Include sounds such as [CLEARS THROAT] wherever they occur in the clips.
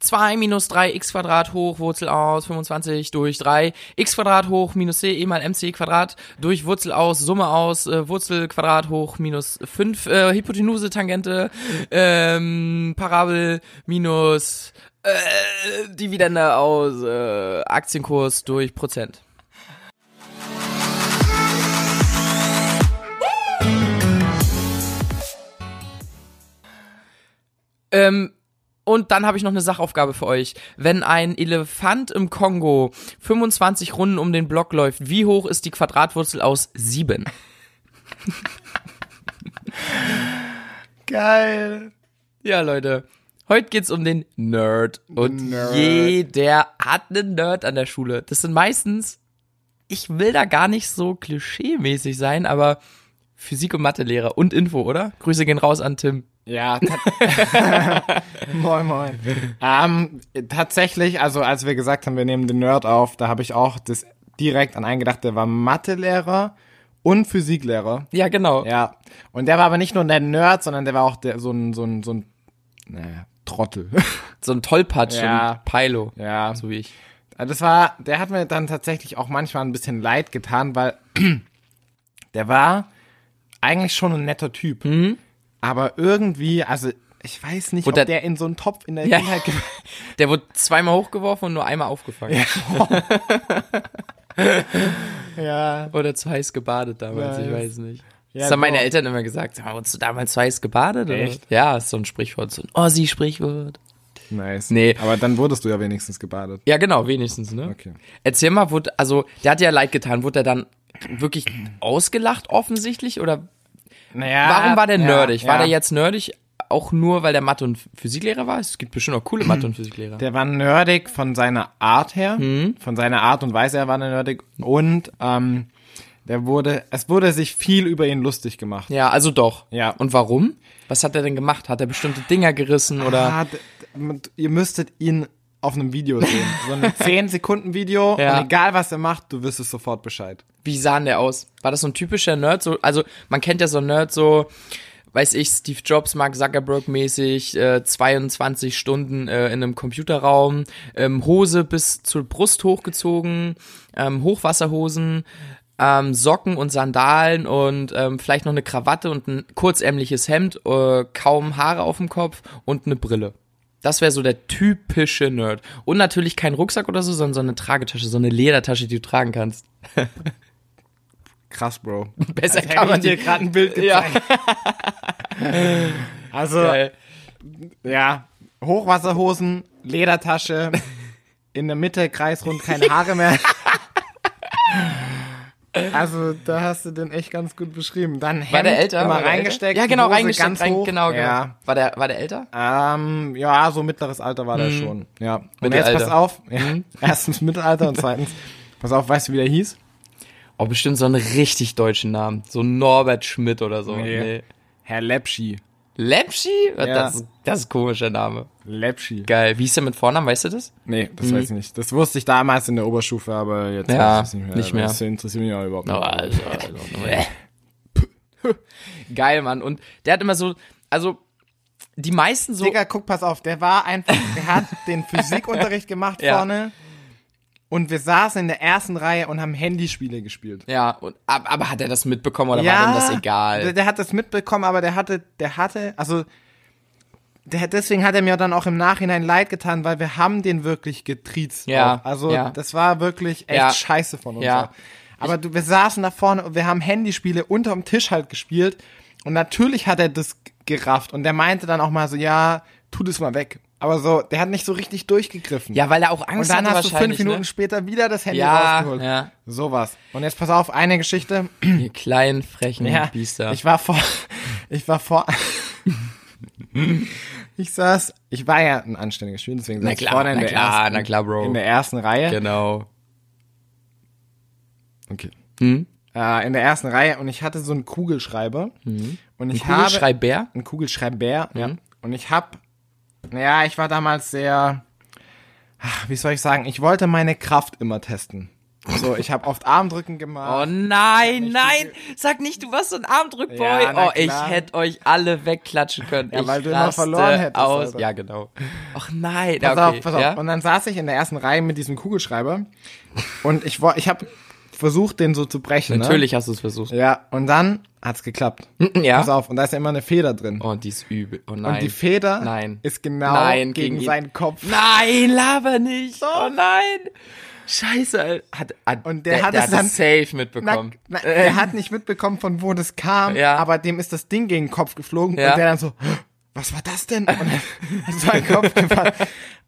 2 minus 3 x Quadrat hoch Wurzel aus 25 durch 3 x Quadrat hoch minus c e mal mc Quadrat durch Wurzel aus Summe aus äh, Wurzel Quadrat hoch minus 5 äh, Hypotenuse Tangente ähm, Parabel minus äh, Dividende aus äh, Aktienkurs durch Prozent. Ähm, und dann habe ich noch eine Sachaufgabe für euch. Wenn ein Elefant im Kongo 25 Runden um den Block läuft, wie hoch ist die Quadratwurzel aus 7? [LAUGHS] Geil. Ja, Leute. Heute geht's um den Nerd. Und Nerd. jeder hat einen Nerd an der Schule. Das sind meistens, ich will da gar nicht so klischeemäßig sein, aber Physik- und Mathelehrer und Info, oder? Grüße gehen raus an Tim. Ja, ta [LAUGHS] Moin, moin. ähm, tatsächlich, also als wir gesagt haben, wir nehmen den Nerd auf, da habe ich auch das direkt an einen gedacht, der war Mathelehrer und Physiklehrer. Ja, genau. Ja. Und der war aber nicht nur der Nerd, sondern der war auch der, so ein, so ein, so ein, naja, Trottel. So ein Tollpatsch Ja. und Pilo. [LAUGHS] ja. So wie ich. Das war, der hat mir dann tatsächlich auch manchmal ein bisschen leid getan, weil [CLEARS THROAT] der war eigentlich schon ein netter Typ. Aber irgendwie, also ich weiß nicht, Und Mhm. der- ob der in so einen Topf in der Ja. Kindheit ge- [LAUGHS] Der wurde zweimal hochgeworfen und nur einmal aufgefangen. Ja. Oder zu heiß gebadet damals, ich Nice. weiß nicht. Ja, das haben meine doch. Eltern immer gesagt. Sag mal, wurdest du damals zu heiß gebadet? Oder? Echt? Ja, ist so ein Sprichwort, so ein Ossi-Sprichwort. Nice. Nee. Aber dann wurdest du ja wenigstens gebadet. Ja, genau, wenigstens, ne? Okay. Erzähl mal, wurde, also, der hat dir ja leid getan. Wurde er dann wirklich ausgelacht offensichtlich? Oder Naja, warum war der nerdig? War Ah, ja. der jetzt nerdig auch nur, weil der Mathe- und Physiklehrer war? Es gibt bestimmt auch coole Mathe- [CLEARS THROAT] und Physiklehrer. Der war nerdig von seiner Art her, Mhm. von seiner Art und Weise her war er nerdig und ähm, der wurde, es wurde sich viel über ihn lustig gemacht. ja, also doch. Ja. Und warum? Was hat er denn gemacht? Hat er bestimmte Dinger gerissen oder? Ah, d- d- ihr müsstet ihn auf einem [LAUGHS] Video sehen, so ein 10 Sekunden Video Ja. und egal was er macht, du wirst es sofort Bescheid. Wie sah denn der aus? War das so ein typischer Nerd? So, also man kennt ja so einen Nerd so, weiß ich, Steve Jobs, Mark Zuckerberg mäßig, äh, 22 Stunden äh, in einem Computerraum, ähm, Hose bis zur Brust hochgezogen, ähm, Hochwasserhosen, ähm, Socken und Sandalen und ähm, vielleicht noch eine Krawatte und ein kurzärmliches Hemd, äh, kaum Haare auf dem Kopf und eine Brille. Das wäre so der typische Nerd. Und natürlich kein Rucksack oder so, sondern so eine Tragetasche, so eine Ledertasche, die du tragen kannst. Krass, Bro. Besser Als hätte ich dir gerade ein Bild Ja. gezeigt. [LAUGHS] Also, Geil. ja, Hochwasserhosen, Ledertasche, in der Mitte kreisrund, keine [LAUGHS] Haare mehr. Also, da hast du den echt ganz gut beschrieben. Dann Hemd War der älter? immer War der reingesteckt. Älter? Ja, genau, Hose reingesteckt. Ganz rein, hoch. Genau, genau. Ja, War, der, war der älter? ähm, ja, so mittleres Alter war der schon. Ja. Und jetzt Mhm. Mittelalter. Mhm. pass auf. [LAUGHS] Ja, Erstens Mittelalter und zweitens, pass auf, weißt du, wie der hieß? Oh, bestimmt so einen richtig deutschen Namen. So Norbert Schmidt oder so. Nee. Nee. Herr Lepschi. Lepschi? Ja. Das, das ist ein komischer Name. Lepschi. Geil. Wie ist der mit Vornamen? Weißt du das? Nee, das weiß ich nicht. Das wusste ich damals in der Oberstufe, aber jetzt Mhm. Ja, weiß ich es nicht mehr. Oh, also, Das interessiert mich auch überhaupt nicht. [LAUGHS] Geil, Mann. Und der hat immer so, also die meisten so. Digga, guck, pass auf, der war einfach, der hat [LAUGHS] den Physikunterricht gemacht Ja. vorne und wir saßen in der ersten Reihe und haben Handyspiele gespielt. Ja, und, ab- aber hat er das mitbekommen oder war ihm das Der, egal? der hat das mitbekommen, aber der hatte, der hatte, also der, deswegen hat er mir dann auch im Nachhinein leid getan, weil wir haben den wirklich getriezt. Ja, auch. Also ja. das war wirklich echt Ja. scheiße von uns. Ja. auch. Aber du, wir saßen da vorne und wir haben Handyspiele unterm Tisch halt gespielt und natürlich hat er das gerafft und der meinte dann auch mal so, ja, tu das mal weg. Aber so, der hat nicht so richtig durchgegriffen. Ja, weil er auch Und Angst dann hatte hast du fünf wahrscheinlich, Minuten ne? später wieder das Handy Ja, rausgeholt. ja. Sowas. Und jetzt pass auf, eine Geschichte. Ihr kleinen, frechen Biester. Ich war vor, [LAUGHS] ich [LAUGHS] war vor, ich saß, ich war ja ein anständiges Schüler, deswegen na saß ich klar, vorne in na der, klar, ersten, na klar, Bro. in der ersten Reihe. Genau. Okay. Hm? Äh, in der ersten Reihe und ich hatte so einen Kugelschreiber Hm. und ich habe Kugelschreiber? einen Kugelschreiber ja. und ich habe, naja, ich war damals sehr, ach, wie soll ich sagen, ich wollte meine Kraft immer testen. So, ich habe oft Armdrücken gemacht. Oh nein, nein! Sag nicht, du warst so ein Armdrückboy. Ja, na oh, ich klar. hätte euch alle wegklatschen können. Ja, ich weil du immer raste verloren hättest, Aus. Alter. Ja, genau. Ach nein, pass ja, okay. auf, pass auf. Ja? Und dann saß ich in der ersten Reihe mit diesem Kugelschreiber und ich, wo- ich habe versucht, den so zu brechen. Natürlich hast du es versucht. Ne? Ja, und dann hat's geklappt. [CLEARS THROAT] Ja. Pass auf, und da ist ja immer eine Feder drin. Oh, die ist übel. Oh nein. und die Feder Nein. ist genau Nein, gegen, gegen ihn. seinen Kopf. Nein, laber nicht. Oh nein. Scheiße, Alter. Hat, hat, Und der hat der es dann- safe Na, mitbekommen. na, er hat nicht mitbekommen, von wo das kam, Ja. aber dem ist das Ding gegen den Kopf geflogen Ja. und der dann so, was war das denn? Und [LAUGHS] dann ist so ein Kopf gefallen.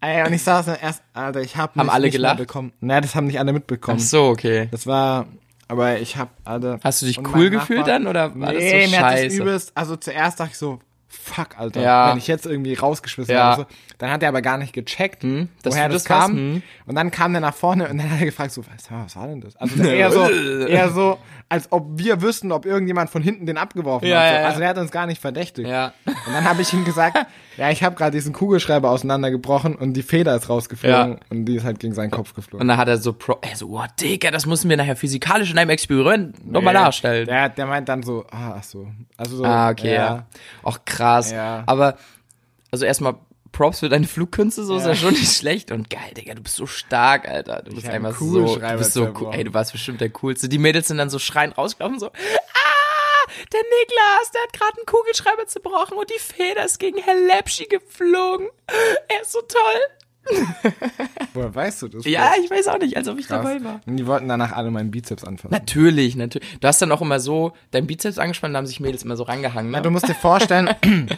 Ey, und ich saß dann erst, Alter, ich hab Haben alle nicht gelacht? mitbekommen. Naja, das haben nicht alle mitbekommen. Ach [LAUGHS] so, okay. Das war, aber ich hab, Alter. Hast du dich und cool mein gefühlt Nachbar- dann oder war das so nee, mir hat das scheiße? übelst, also zuerst dachte ich so, fuck, Alter, Ja. wenn ich jetzt irgendwie rausgeschmissen Ja. ja. so, dann hat er aber gar nicht gecheckt, dass woher du das das warst, kam. hm. Und dann kam der nach vorne und dann hat er gefragt so, was, was war denn das? Also das Ja. eher [LAUGHS] so, eher so, als ob wir wüssten, ob irgendjemand von hinten den abgeworfen Ja, hat. So. ja, ja. Also der hat uns gar nicht verdächtigt. Ja. Und dann habe ich ihm gesagt, ja, ich habe gerade diesen Kugelschreiber auseinandergebrochen und die Feder ist rausgeflogen Ja. und die ist halt gegen seinen Kopf geflogen. Und dann hat er so Pro, er so, oh Digga, das müssen wir nachher physikalisch in einem Experiment nochmal Ja, darstellen. Der, der meint dann so, ah, ach so. Also so, Ah, okay, ja. Auch krass. Ja. Aber, also erstmal Props für deine Flugkünste, so ist ja schon nicht schlecht. Und geil, Digga, du bist so stark, Alter. Du bist hab einfach einen so, du Kugelschreiber bist so cool. zerbrochen. Ey, du warst bestimmt der Coolste. Die Mädels sind dann so schreiend rausgelaufen, so, ah, der Niklas, der hat gerade einen Kugelschreiber zerbrochen und die Feder ist gegen Herr Lepschi geflogen. Er ist so toll. Woher weißt du das? Ja, ich weiß auch nicht, als ob ich dabei war. Krass. Und die wollten danach alle meinen Bizeps anfassen. Natürlich, natürlich. Du hast dann auch immer so deinen Bizeps angespannt, da haben sich Mädels immer so rangehangen. [LAUGHS] Du Ne? musst dir vorstellen, [CLEARS THROAT]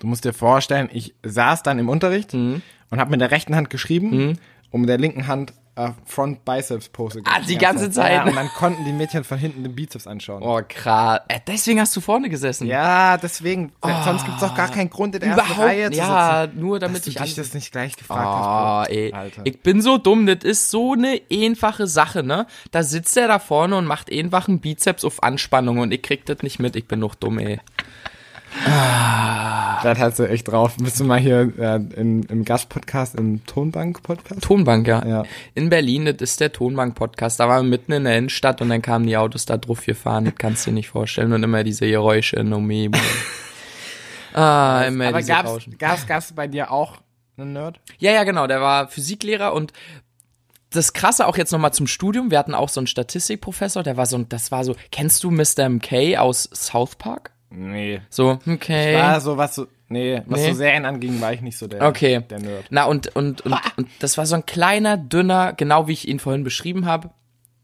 du musst dir vorstellen, ich saß dann im Unterricht Mhm. und habe mit der rechten Hand geschrieben, um mit der linken Hand äh, Front Biceps Pose Ah, die ganze Zeit. Ja, und dann konnten die Mädchen von hinten den Bizeps anschauen. Oh, krass. Äh, Deswegen hast du vorne gesessen. Ja, deswegen, sonst gibt's doch gar keinen Grund in der ersten Oh. Überhaupt, Reihe zu sitzen. ja, nur Dass damit du ich dich alles. das nicht gleich gefragt Ah, hast. Bro. ey. Alter. Ich bin so dumm, das ist so eine einfache Sache, ne? Da sitzt er da vorne und macht einfachen Bizeps auf Anspannung und ich krieg das nicht mit, ich bin noch dumm, ey. Das hat sie echt drauf. Bist du mal hier äh, in, im Gastpodcast, im Tonbank-Podcast? Tonbank, ja. Ja. In Berlin, das ist der Tonbank-Podcast. Da waren wir mitten in der Innenstadt und dann kamen die Autos da drauf gefahren. Das kannst du dir nicht vorstellen. Und immer diese Geräusche in der [LAUGHS] Umgebung. ah, immer Aber diese gab's, Rauschen. gab's, gab's bei dir auch einen Nerd? Ja, ja, genau. Der war Physiklehrer und das Krasse auch jetzt nochmal zum Studium. Wir hatten auch so einen Statistikprofessor, der war so, ein- das war so, kennst du Mr. MK aus South Park? Nee. So, hm, okay. War so was so, Äh. nee, was Nee. so Serien anging, war ich nicht so der, Okay. der Nerd. Na, und, und, und, und das war so ein kleiner, dünner, genau wie ich ihn vorhin beschrieben habe,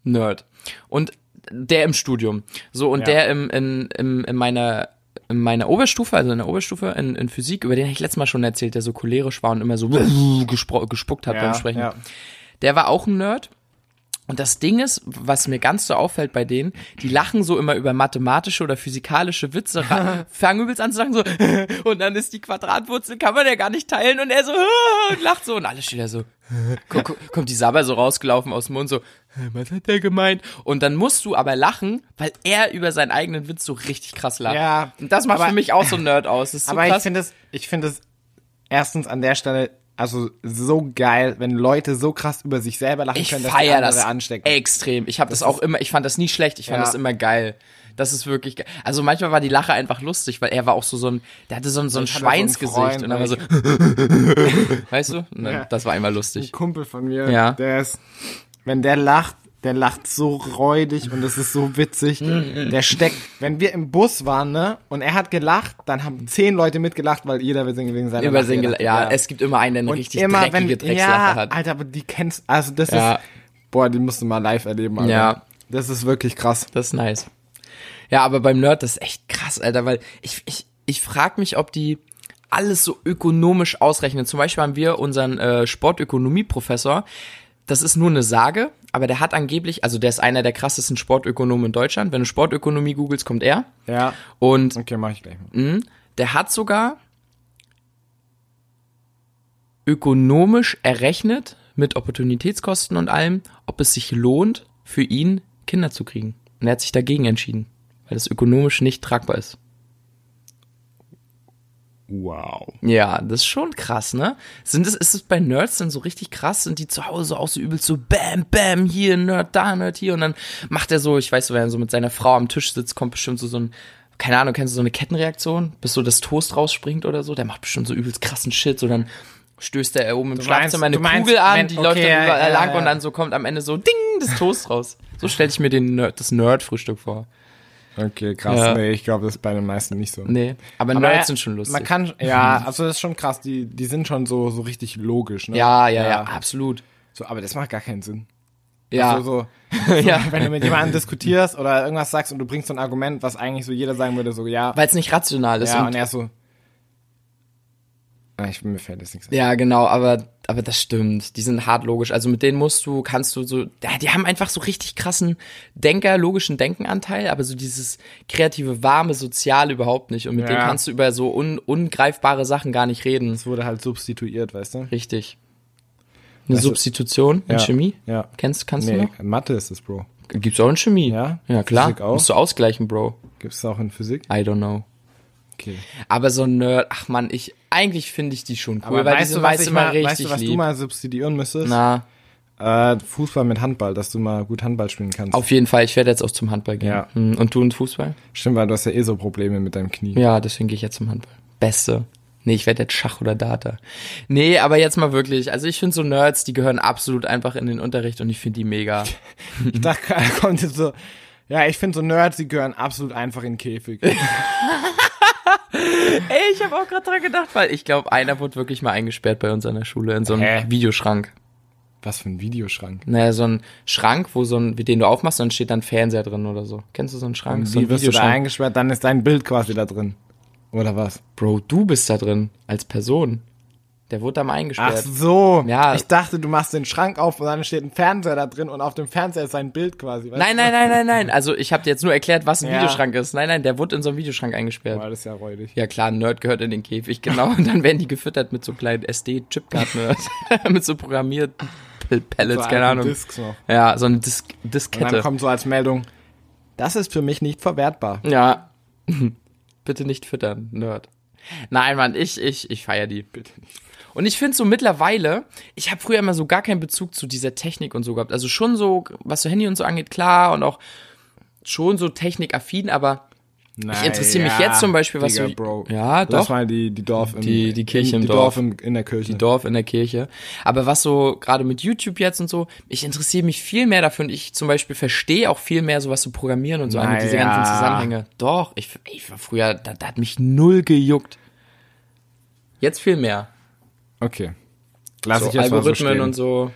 Nerd. Und der im Studium. So, und der im, in, im, in meiner in meiner Oberstufe, also in der Oberstufe in, in Physik, über den habe ich letztes Mal schon erzählt, der so cholerisch war und immer so [LAUGHS] gespro- gespuckt hat beim Sprechen. ja. Der war auch ein Nerd. Und das Ding ist, was mir ganz so auffällt bei denen, die lachen so immer über mathematische oder physikalische [LAUGHS] Witze, ra- fangen übelst an zu sagen so, [LAUGHS] und dann ist die Quadratwurzel, kann man ja gar nicht teilen, und er so, [LAUGHS] und lacht so, und alle Schüler so, [LAUGHS] Guck, guck, kommt die Saba so rausgelaufen aus dem Mund, so, [LAUGHS] was hat der gemeint? Und dann musst du aber lachen, weil er über seinen eigenen Witz so richtig krass lacht. Ja, und das macht aber- für mich auch so ein Nerd aus. Das ist so Aber ich krass. finde es, ich finde es erstens an der Stelle, also so geil, wenn Leute so krass über sich selber lachen Ich können, dass die feier andere das anstecken. extrem. Ich habe das, auch immer, ich fand das nie schlecht, ich fand Ja. das immer geil. Das ist wirklich geil. Also manchmal war die Lache einfach lustig, weil er war auch so so ein, der hatte so ein, so ein Ich hatte so einen Schweinsgesicht Freund, ne? und dann war so, [LAUGHS] weißt du? Ne, Ja. Das war einmal Ein lustig. Kumpel von mir, Ja. der ist, wenn der lacht, der lacht so räudig und das ist so witzig. Mm, Der steckt, wenn wir im Bus waren, ne, und er hat gelacht, dann haben zehn Leute mitgelacht, weil jeder will singen wegen seiner Über Lache Single, gelacht ja, hat. es gibt immer einen, der eine und richtig immer, dreckige wenn, Dreckslache ja, hat. Alter, aber die kennst, also das Ja. ist, boah, die musst du mal live erleben, Alter. Ja. Das ist wirklich krass. Das ist nice. Ja, aber beim Nerd, das ist echt krass, Alter, weil ich, ich, ich frage mich, ob die alles so ökonomisch ausrechnen. Zum Beispiel haben wir unseren äh, Sportökonomie-Professor, das ist nur eine Sage, aber der hat angeblich, also der ist einer der krassesten Sportökonomen in Deutschland. Wenn du Sportökonomie googelst, kommt er. Ja. Und Okay, mach ich gleich mal. der hat sogar ökonomisch errechnet, mit Opportunitätskosten und allem, ob es sich lohnt, für ihn Kinder zu kriegen. Und er hat sich dagegen entschieden, weil das ökonomisch nicht tragbar ist. Wow. Ja, das ist schon krass, ne? Sind es, ist es bei Nerds dann so richtig krass? Sind die zu Hause auch so übelst so Bam, Bam, hier, Nerd, da, Nerd, hier und dann macht er so, ich weiß, so, wenn er so mit seiner Frau am Tisch sitzt, kommt bestimmt so so ein, keine Ahnung, kennst du so eine Kettenreaktion, bis so das Toast rausspringt oder so? Der macht bestimmt so übelst krassen Shit, so dann stößt er oben im Schlafzimmer eine meinst- du meinst, Kugel an, wenn- die okay, läuft ja, dann überall ja, lang ja. und dann so kommt am Ende so Ding, das Toast raus. So stelle ich mir den Nerd, das Nerd-Frühstück vor. Okay, krass. Ja. Nee, ich glaube, das ist bei den meisten nicht so. Nee, aber, Aber Nerds ja, sind schon lustig. Man kann, ja, also das ist schon krass. Die, die sind schon so, so richtig logisch. Ne? ja, ja, ja, absolut. So, aber das macht gar keinen Sinn. Ja, Also [LAUGHS] so, ja. wenn du mit jemandem diskutierst oder irgendwas sagst und du bringst so ein Argument, was eigentlich so jeder sagen würde, so ja, weil es nicht rational ist ja, und und er ist so. Ah, ich mir fällt jetzt nichts ein. Ja, genau, aber, aber das stimmt. Die sind hart logisch. Also mit denen musst du, kannst du so, ja, die haben einfach so richtig krassen Denker, logischen Denkenanteil, aber so dieses kreative, warme, soziale überhaupt nicht. Und mit Ja. denen kannst du über so un, ungreifbare Sachen gar nicht reden. Es wurde halt substituiert, weißt du? Richtig. Eine Substitution in Also, ja, Chemie? ja. Kennst, kannst du Nee, noch? Mathe ist es, Bro. Gibt's auch in Chemie? Ja? Ja, klar. Physik auch? Musst du ausgleichen, Bro. Gibt es auch in Physik? I don't know. Okay. Aber so ein Nerd, ach man, ich, eigentlich finde ich die schon cool, weil Aber die weißt, sind du, was weiß ich immer mal, richtig weißt du, was lieb. du mal substituieren müsstest? Na, Äh, Fußball mit Handball, dass du mal gut Handball spielen kannst. auf jeden Fall, ich werde jetzt auch zum Handball gehen. Ja. Hm, Und du und Fußball? Stimmt, weil du hast ja eh so Probleme mit deinem Knie. Ja, deswegen gehe ich jetzt zum Handball. Beste. Nee, ich werde jetzt Schach oder Data. Nee, aber jetzt mal wirklich. Also ich finde so Nerds, die gehören absolut einfach in den Unterricht und ich finde die mega. Ich dachte, [LAUGHS] da kommt jetzt so. Ja, ich finde so Nerds, die gehören absolut einfach in den Käfig. [LAUGHS] Ey, ich habe auch gerade dran gedacht, weil ich glaube, einer wurde wirklich mal eingesperrt bei uns an der Schule in so einem Hä? Videoschrank. [LAUGHS] Was für ein Videoschrank. Naja, so ein Schrank, wo so ein, den du aufmachst, dann steht dann Fernseher drin oder so. Kennst du so einen Schrank? so Wie ein wirst du da eingesperrt? Dann ist dein Bild quasi da drin. Oder was? Bro, du bist da drin als Person. Der wurde da mal Ach eingesperrt. so. Ja. Ich dachte, du machst den Schrank auf und dann steht ein Fernseher da drin und auf dem Fernseher ist sein Bild quasi. weißt Nein, nein, nein, nein, nein. Also ich habe dir jetzt nur erklärt, was ein Ja. Videoschrank ist. Nein, nein, der wurde in so einem Videoschrank du? eingesperrt. Boah, das ist ja räudig. Ja klar, ein Nerd gehört in den Käfig, genau. Und dann werden die gefüttert mit so kleinen SD-Chipkarten, [LAUGHS] mit so programmierten P- Pellets, So keine alten Ahnung. Discs noch. Ja, so eine Dis Und dann Diskette. kommt so als Meldung, das ist für mich nicht verwertbar. Ja. [LAUGHS] Bitte nicht füttern, Nerd. Nein, Mann, ich, ich, ich feier die. Bitte nicht. Und ich finde so mittlerweile, ich habe früher immer so gar keinen Bezug zu dieser Technik und so gehabt. Also schon so, was so Handy und so angeht, klar, und auch schon so technikaffin, aber Nein, interessiere mich jetzt zum Beispiel, was Digga, so- Bro. Ja, Lass doch. mal die, die Dorf im, Die- die Kirche im die Dorf. Dorf im, in der Kirche. die Dorf in der Kirche. Aber was so gerade mit YouTube jetzt und so, ich interessiere mich viel mehr dafür und ich zum Beispiel verstehe auch viel mehr so was zu programmieren und so an diese Naja. ganzen Zusammenhänge. Doch, ich, ich war früher, da, da hat mich null gejuckt. Jetzt viel mehr. Okay. Lass So ich jetzt mal so Algorithmen stehen. und so.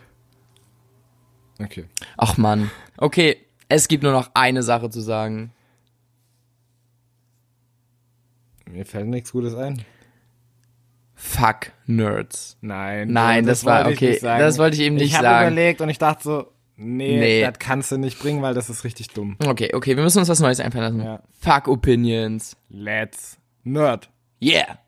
Okay. Ach man. Okay, es gibt nur noch eine Sache zu sagen. Mir fällt nichts Gutes ein. Fuck Nerds. Nein. Nein, das war- wollte ich okay, nicht sagen. das wollte ich eben nicht ich Ich sagen. habe überlegt und ich dachte so, nee, Nee. das kannst du nicht bringen, weil das ist richtig dumm. Okay, okay, wir müssen uns was Neues einfallen lassen. Ja. Fuck Opinions. Let's nerd. Yeah.